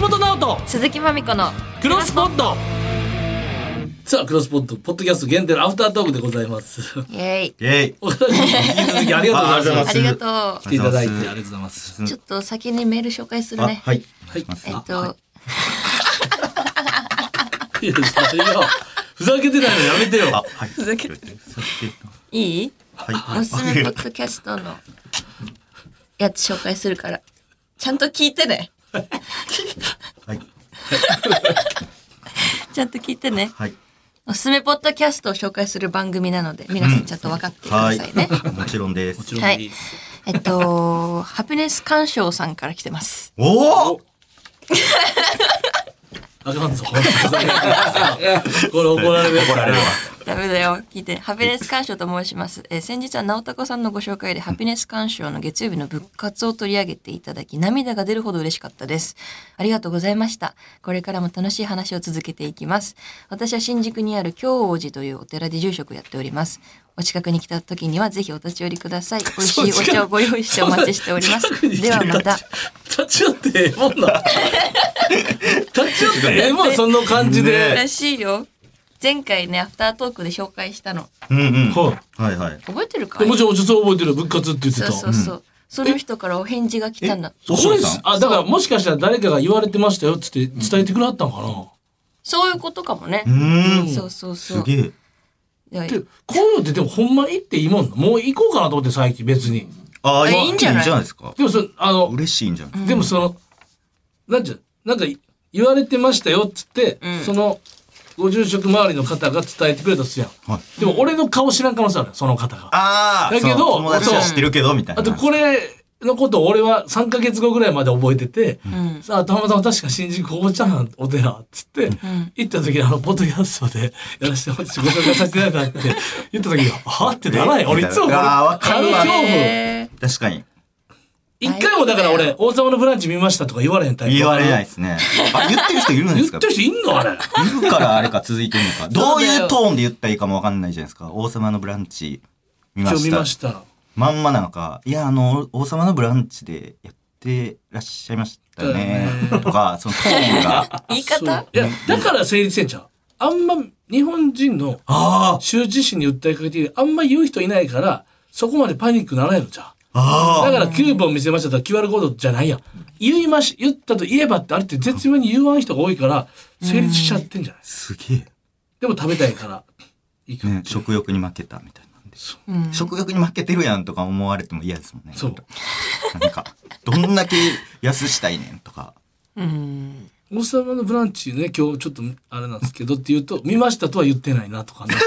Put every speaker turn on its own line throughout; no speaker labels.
橋本直人
鈴木まみこの
クロスポットさあクロスポットポッドキャスト限定のアフタートークでございます
イエイ
イェイ
岡田君引き続きありがとうございま
あ
す
りがと
来ていただいてありがとうございます
うちょっと先にメール紹介する
あ、
ね
はい。
はい
えっ
あは
と
いいやいやふざけてないのやめて
あ、
よ
はい。
ふざけていい
はい。
おすすめポッドキャストのやつ紹介するからちゃんと聞いてね
はい。
ちゃんと聞いてね
はい。
おすすめポッドキャストを紹介する番組なので皆さんちゃんと分かってくださいね、
はい。もちろんです。
もちろん
は
でいい
いえっとハピネス鑑賞さんから来てます
おお
あかんぞ本当にふざけてないこれ怒られるよこれ
ダメだよ。聞いて。ハピネス鑑賞と申します。えー先日は直太子さんのご紹介で、ハピネス鑑賞の月曜日の復活を取り上げていただき、涙が出るほど嬉しかったです。ありがとうございました。これからも楽しい話を続けていきます。私は新宿にある京王寺というお寺で住職をやっております。お近くに来た時にはぜひお立ち寄りください。美味しいお茶をご用意してお待ちしております。 ではまた。
立ち寄ってええもん な立ち寄ってええもんその感じで
らしいよ。前回ね、アフタートークで紹介したの。
うんうん。
ほう
はいはい。
覚えてるか
でもちろんおじさん覚えてる仏活って言って
そう
た
そうそう。その人からお返事が来たんだ。
そう
これ
そう
あだからもしかしたら誰かが言われてましたよっつって伝えてくれはったんかな、
そういうことかもね
う。ーん。
そうそうそ
す
う。
げえ。
いやい
でこういうのってでもほんま行っていいもんなもう行こうかなと思って最近別に
あ
あいいんじゃない
ですか。
でもそのあの
嬉しいんじゃない
でもそのなんじゃなんか言われてましたよっつって、
うん
そのご住職周りの方が伝えてくれたっすやん
はい。
でも俺の顔知らん可能性あるよその方が
ああ、
だけど
その友達は知ってるけど、みたいな。
あとこれのことを俺は3ヶ月後ぐらいまで覚えてて、
ん
さあ、たまたま確か新宿お坊ちゃんお寺っつって、
ん
行った時にあの、ポッドキャストでやらせてもらってご紹介させていただいたって言った時に、はってならない。
え
俺いつもこれ、
あーわか
あの
るわ
恐怖。
え
確かに。
一回もだから俺、王様のブランチ見ましたとか言われへんタイプ。
言われないですね。あ、言ってる人いるんで
言
す
っ
か
てる人いんのあれ。
言うからあれか続いてるのか。どう
そうだ
い
よ
うトーンで言ったらいいかもわかんないじゃないですか。王様のブランチ見ま
今日
し
見
た
ま。した。
まんまなのか。いや、あの、王様のブランチでやってらっしゃいましたね
だよね。
とか、そのトーンが。
ー言い
そう
方
いや、だから成立せんちゃう。あんま日本人の
あ
羞恥心に訴えかけている、あんま言う人いないから、そこまでパニックならないのじゃう。
あ
だからキューブを見せましたとか QR コードじゃないやん言いまし言ったと言えばってあれって絶妙に言わん人が多いから成立しちゃってんじゃない
すげえ。
でも食べたいから行く、
ね、食欲に負けたみたいなんで。
うん
食欲に負けてるやんとか思われても嫌ですもんね。
そう
なんか、どんだけ安したいねんとか。
うん。
王様のブランチね今日ちょっとあれなんですけどって言うと見ましたとは言ってないなと かなって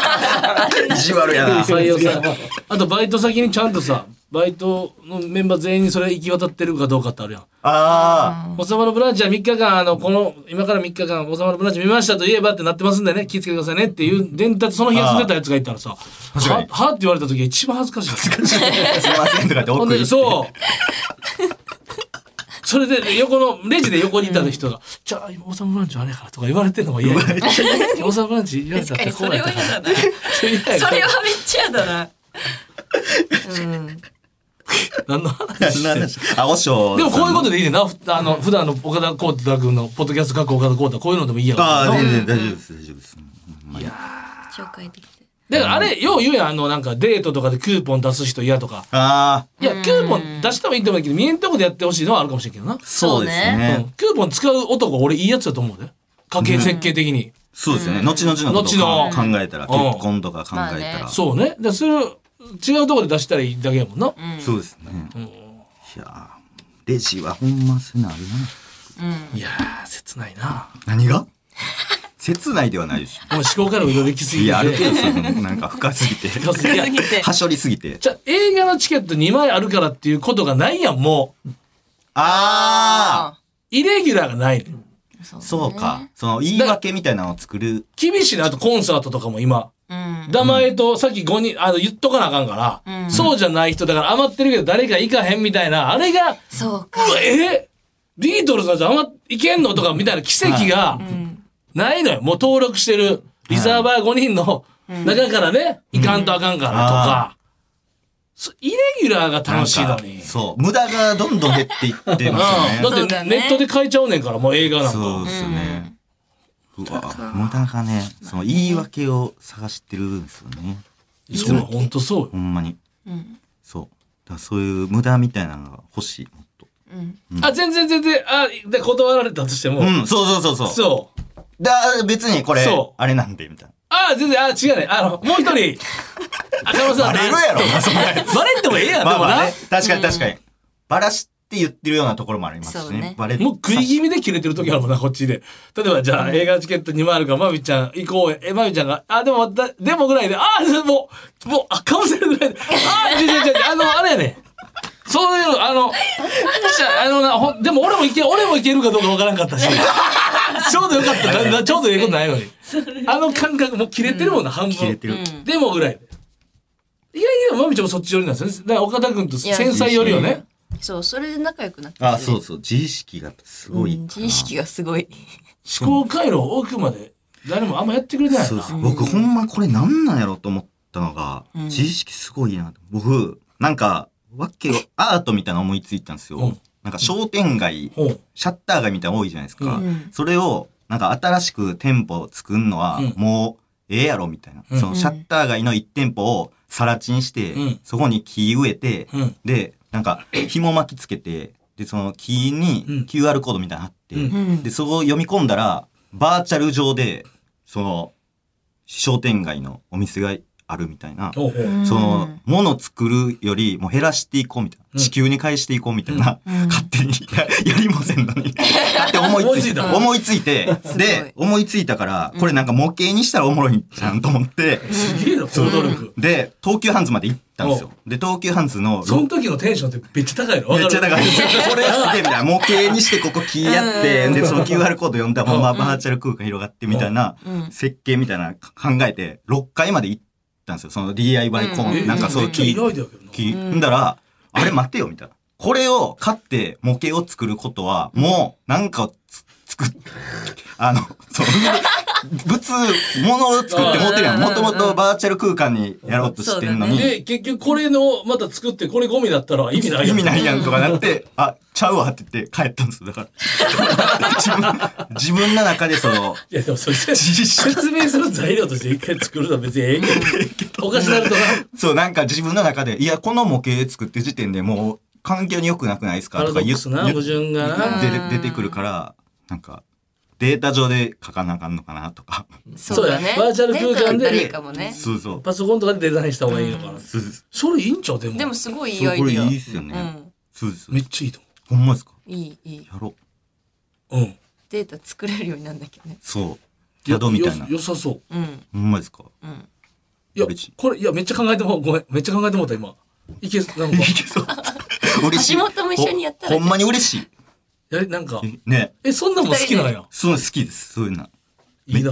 意地悪やな。
採用さあとバイト先にちゃんとさバイトのメンバー全員にそれ行き渡ってるかどうかってあるやん
あ
「王様のブランチ」は3日間あのこの今から3日間「王様のブランチ」見ましたと言えばってなってますんでね気をつけてくださいねっていう伝達その日休んでたやつがいたらさ「
確か
は
に」
はって言われた時が一番恥ずかしい恥ずかしい
あ、すいませんとかって
ほん
奥
で
に。
そうそれで横のレジで横にいた人が「じゃあ今王様のブランチあれやから」とか言われてんのが嫌や王様のブランチ言われたってこうやったから
確かに
それ嫌や
そ
から
れはめっちゃ嫌だな。うん。
何の話してんの
なんだあ、おしょ
でもこういうことでいいねんなふあの普段の岡田浩太君のポッドキャスト過去岡田浩太こういうのでもいいやろ
ああ、全然大丈夫です、大丈夫です。
紹介できて。
だからあれ、よう言うやん、あの、なんかデートとかでクーポン出す人嫌とか。
ああ、
いや、クーポン出してもいいと思うけど、見えんとこでやってほしいのはあるかもしれんけどな。
そうです
うん
ね。
クーポン使う男、俺いいやつだと思うで。家計設計的に。
そうですよね。後々のことを考
後
えた
う
ら、
ん
結婚とか考えた
まあ
ら。
ね
そ
そうね。だからそれを違うとこで出したらいいだけやもんな。
うですね。いやー、レジはほんませなる
いやー、切ないな。
な。何が切ないではないでしょ。
もう思考からうろできすぎて。
い や、ある程度その、なんか深すぎて。
深すぎていや
て
はしょりすぎて。
じゃあ映画のチケット2枚あるからっていうことがないやん、もう。
あ
あ
イレギュラーがないねん。
あ。そ
あ、そうか。その言い訳みたいなのを作る。
厳しいな、あとコンサートとかも今。
うん。
名前とさっき5人あの言っとかなあかんから、
うん
そうじゃない人だから余ってるけど誰か行かへんみたいなあれが「
そう
う
か。
わえビートルズなんて余っいけんの?」とかみたいな奇跡がないのよもう登録してるリザーバー5人の中からね行かんとあかんからとか、そイレギュラーが楽しいの
なん
に
か。そう無駄がどんどん減っていってま
う
すよ
ん
ね
だ
そう
って
だね
ネットで買えちゃうねんから、もう映画なん
そう
か。
ですよね、うわ無駄がねその言い訳を探してるんですよね
いつも本当そうよ。
ほんまに
うん
そうだからそういう無駄みたいなのが欲しいもっと
うん
あ、全然全然、あ、で断られたとしても、
うんそうそうそうそう
そう。
だ別にこれ
そ
あれなんでみたいな
あ、全然、あ、違うね。あの、もう一人、赤間さ
バ
ん。
レるやろなそんなやつ
バレてもええやん、
まあまあ
で
ね確かに
うん
確かに、バラしって言ってるようなところもありますし
そう
ね
ね
バレ
もな。もう食い気味で切れてる時あるもんな、こっちで。例えば、じゃあ、映画チケット2万あるから、まみちゃん行こう。え、まみちゃんが、あ、でも、だでもぐらいで、あ、もう、もう、あ、かぶせるぐらいで、あ、違う違う違う、あの、あれやねん。そういうの、あの、じゃああのな、ほんでも俺もいけ、俺もいけるかどうかわからんかっ たし。ちょうどよかったなな。ちょうどええことないのに。あの感覚、もう切れてるもんな、半分。
切れてる、
うん
でもぐらいで。いやいや、まみちゃんもそっち寄りなんですよね。だから岡田君と繊細寄りよね。
そうそれで仲良くなって
あそうそう自意識がすごいから、
うん自意識がすごい
思考回路を奥まで誰もあんまやってくれてない
そう
な
で。す僕ほんまこれなんなんやろと思ったのが、
うん
自意識すごいなと僕なんかわっけわアートみたいなの思いついたんですよ、
うん
なんか商店街、
ほう。
シャッター街みたいなの多いじゃないですか、
うん
それをなんか新しく店舗を作るのは
うん
もうええやろみたいな、
うん
そのシャッター街の1店舗を更地にして、
うん
そこに木植えて、
うん。
で、なんか、紐巻きつけて、で、そのキー
う
に
ん
QR コードみたいなの貼って、
うん
うん
で、そこを読み込んだら、バーチャル上で、その、商店街のお店があるみたいな、
ほうほう。
その、もの作るより、もう減らしていこうみたい
う
な、
ん
地球に返していこうみたいな、
うんうん
勝手に やりませんのに、勝手に思いついた。思
思
いついて、
すごい
で、思いついたから、これなんか模型にしたらおもろいんちゃうんと思って、
すげえな、行動力。
で、東急ハンズまで行ったんですよ。で、東急ハンズの
その時のテンションってめっちゃ高いの。わ
めっちゃ
かる
高いですよ。これすげえみたいな。模型にしてここキーやって、
うん
で、その QR コード読んだらほんまバーチャル空間広がってみたいな
うん
設計みたいな考えて、6階まで行ったんですよ。その DIY コ
う
ーン、
え
なんかそうい
め
う
っちゃいい
キ
アイデアやけどな
ー。
うん
んだら、あれ待てよみたいな。これを買って模型を作ることは、もうなんかをつ作っ、 あの、そう、物、物を作って持ってるやん。もともとバーチャル空間にやろうとしてんのに。
で、結局これの、また作って、これゴミだったら意味ない。
意味ないいやんとかなって、あ、ちゃうわって言って帰ったんですよ、だから。 自分、自分の中でその、
いや、でもそれ
自意識
説明する材料として一回作るのは別にええけど。おかしなるとな。
そう、なんか自分の中で、いや、この模型作ってる時点でもう、環境に良くなくないですか
パラ
と
ド
か
ッ
言
ク
っ
スな、矛盾がな。
言出てくるから、なんか、データ上で書かなあかんのかなとか。
そうだね
そうやバーチャル空間で
データだったらいいかもね
そうそう。
パソコンとかでデザインした方がいいのかな。
そうそう
それいいんちゃうでも。
でもすごいいい
そ
ア
う
イ
こ
デ
れい
ィア
いっすよ
う
ね。
ん
そうです。
めっちゃいいと
ほんまですか
いいいい
やろう。
思う。うん。
データ作れるようになるんだけどね
そう。宿みたい
よ
な。
良さそう。
うん
ほんまですか
うん
いや
嬉しい、
これ、いや、めっちゃ考えても、ごめん、めっちゃ考えてもうた、今。いけ、なんか
い、けそう。 嬉しい。
橋本も一緒にやったら
ほほんまに嬉しい。
やり、なんか、
ね。
え、そんなんも好きなんや。
そういうの好きです。そういうの。
いいな。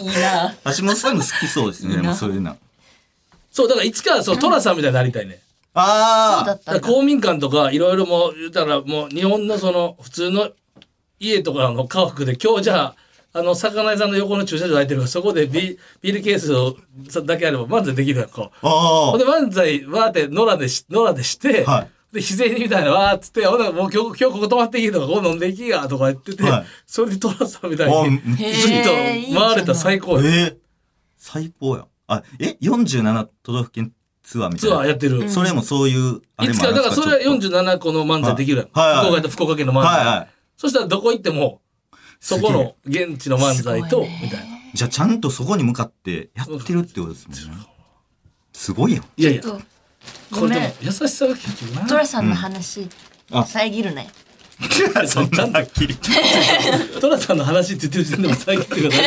いいな
橋本さんも好きそうですね。
いいな
でもそういうの。
そう、だからいつか、そう、トラさんみたいになりたいね。
そうだ
ああ
った
だ
ん
か
だ
ら公民館とか、いろいろもう、言うたら、もう、日本のその、普通の家とかの家屋で、今日じゃあ、あの、魚屋さんの横の駐車場空いてるから、そこでビビールケースをさだけあれば漫才できるやんか。
あ
ほん
ー
で漫才、わーって、野良でし、野良でして、
は
で、自然にみたいな、わーっつって、ほな、もう今日、今日ここ泊まっていいとか、ここ飲んでいきや、とか言ってて、
はい
それでトラさんみた
あ
いに、
ー。
へ
ずっと回れたら最高よ
えー最高や。あ、え ?47 都道府県ツアーみたい
ツア
な。
ーやってる。
それもそういう、あ
い
れ
つ
も
か、
あるん
だ
です
からそれは
ちょっ
47個の漫才できるやん。
はいはい
福岡と福岡県の
と
漫才。
はいは
そしたらどこ行っても、そこの現地の漫才
すご
と、
いね
みたいな。
い。じゃあちゃんとそこに向かってやってるってことですもんね。すごいよ。
いやいや、
ちょっと
こ
ご
れ
め
で
ん
も優しさが結局な。
トラさんの話
あ
遮るね
そんなはっきり。トラさんの話って言ってる時点でも最近 ってください。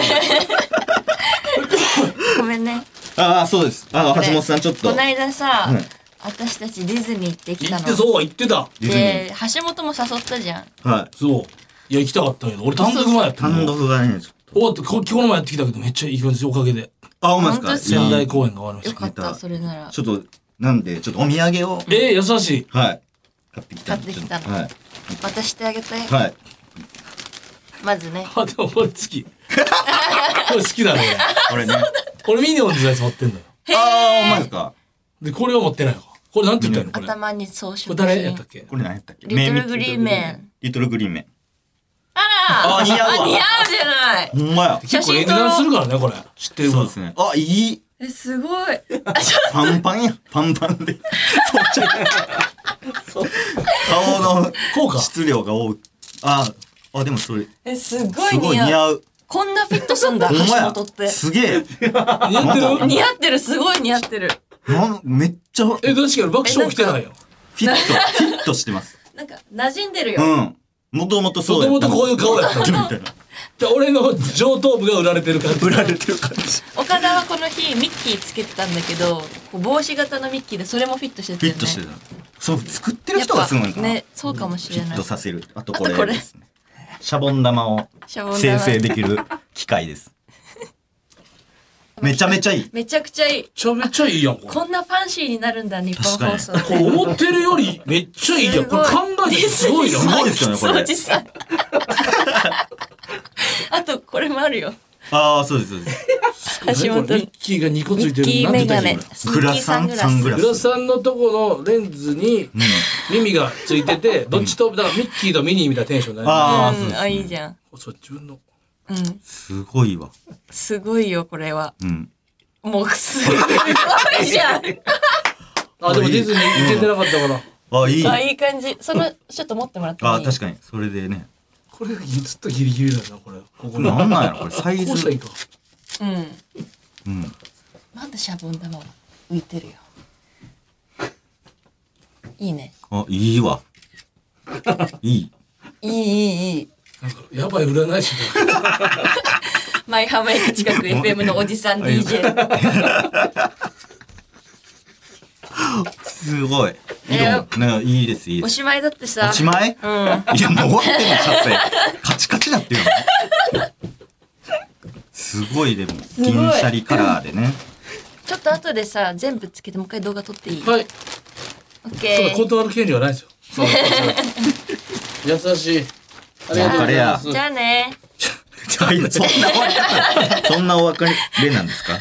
ごめんね
ああ、そうです。あー、橋本さんちょっと。
こないださ
うん
私たちディズニー行ってき
言
た
っ
の
てそうは言ってた。
ディズニー
で橋本も誘ったじゃん
はい。
そう。いや、行きたかったけど、俺単独前やったもん
単独がね、ちょっと。
終わって、こ今日の前やってきたけど、めっちゃいい感じですおかげで。
あ、ほんまですか
本当です
仙
い
台
い
公演が終わりま
よ
し
かっ
見
た
た
それなら
ちょっと、なんで、ちょっとお土産を。
た。えー、優しい。
はい。買ってきたん
買
で
ってきたの
ちょとはい。
渡してあげたい
はい。
まずね
あ、でも俺好き。俺好きだね。
これね。
俺ミニオンズのやつ持ってんのよ。
ああ、お前ですか。
で、これを持ってないわ。これなんて言ったのこれ。こ
頭に装飾
れ誰やったっけ
これ何やったっけ
リト
目
ル
見
グ
て
リーンメン。
リトルグリーンメン。
あら
あ似合うわ
あ似合うじゃない
ほんまや。
結構演算するからね、これ。知ってるか
そう
ら
ですね。あ、いい。
え、すごい。
パンパンや。パンパンで。そうちゃう顔の
こうか。
質量が多い。あ、あ、でもそれ、
え、すご
す
い
ごい
似
似
合う。
合う。
こんなフィットすんだ、
ほ
橋
んまや
本って。。
すげえ。
似合って
なん
る
似合ってる、すごい似合ってる。
なんめっちゃフィッ
え、確かに爆笑起きてないよ。
ト、フィットしてます。
なんか、馴染んでる
う
よ。
ん。もともとそ
も
うや
とも
った
とこういう顔やった。
みたいな。
じゃあ俺の上頭部が売られてる感じ。
振られてる感じ。
岡田はこの日、ミッキーつけてたんだけど、こう帽子型のミッキーでそれもフィットしてた
フ
よ
ィ
ね。
ットして
る
た。そう、作ってる人がすごいかな。
ね、そうかもし
ヒ
れな
ッ
い
ト。させる。あと
あ
ことれ
これ
ですね。シャボン玉を
シャボン
生
玉
成できる機械です。めちゃめちゃいい。
めちゃくちゃいい。
めちゃめちゃいいやん、これ。
こんなファンシーになるんだ、日本放送。
これ思ってるよりめっちゃいいやん。これ考えてすごいな。
すごいですよねこれ
掃除さん あと、これもあるよ。
ああ、そうです、そうです。
橋
これ
本
ミッキーが2個ついてる。
ミッキーメガネ
なんて言ったらいいの
スニ
グ
ーキ
ラ
ー
サ
サン
ン、
グラス、
サングラ
グラ
ス。
さんのとこのレンズに耳がついてて、どっちと、だからミッキーとミニーみたいなテンションにな
ああ、そううんで
あ、いいじゃん。
る。そう、自分の。
うん。
す。すごいわ。
すごいよ、これは。
うん。
もう、すごいじ ゃ
あ、
ん。
でもディズニー行けてなかったから。
あ、いい。
あ、
あ
いい感じ。その、ちょっと持ってもらってもいい
あ、確かに。それでね。
これずっとギリギリだな、これ。ここ
これなん
の。
なんやろこれサイ
こうしたらいい
ズ。
か。
うん。
うん。
まだシャボン玉は浮いてるよ。いいね。
あ、いいわ。いい。
いい、いい、いい。
なんか、やばい占い師だ。
マイハマ駅近 く FM のおじさん DJ。
すごい。
え
色も。ね、いいです、いいで
お
す。
しまいだってさ。
おしまい
うん。
いや、もう終わってんの、撮影。カチカチだってよ。すごい、でも、
ごい
銀シャリカラーでね。
ちょっと後でさ、全部つけてもう一回動画撮っていい
はい。
オッ
そう
ケ
だ、
ー。
断る権利はない ですよ。 そうだ優しい。ありがとうございます。
じゃあね。
はいそんな終わり方。そんなお別れなんですか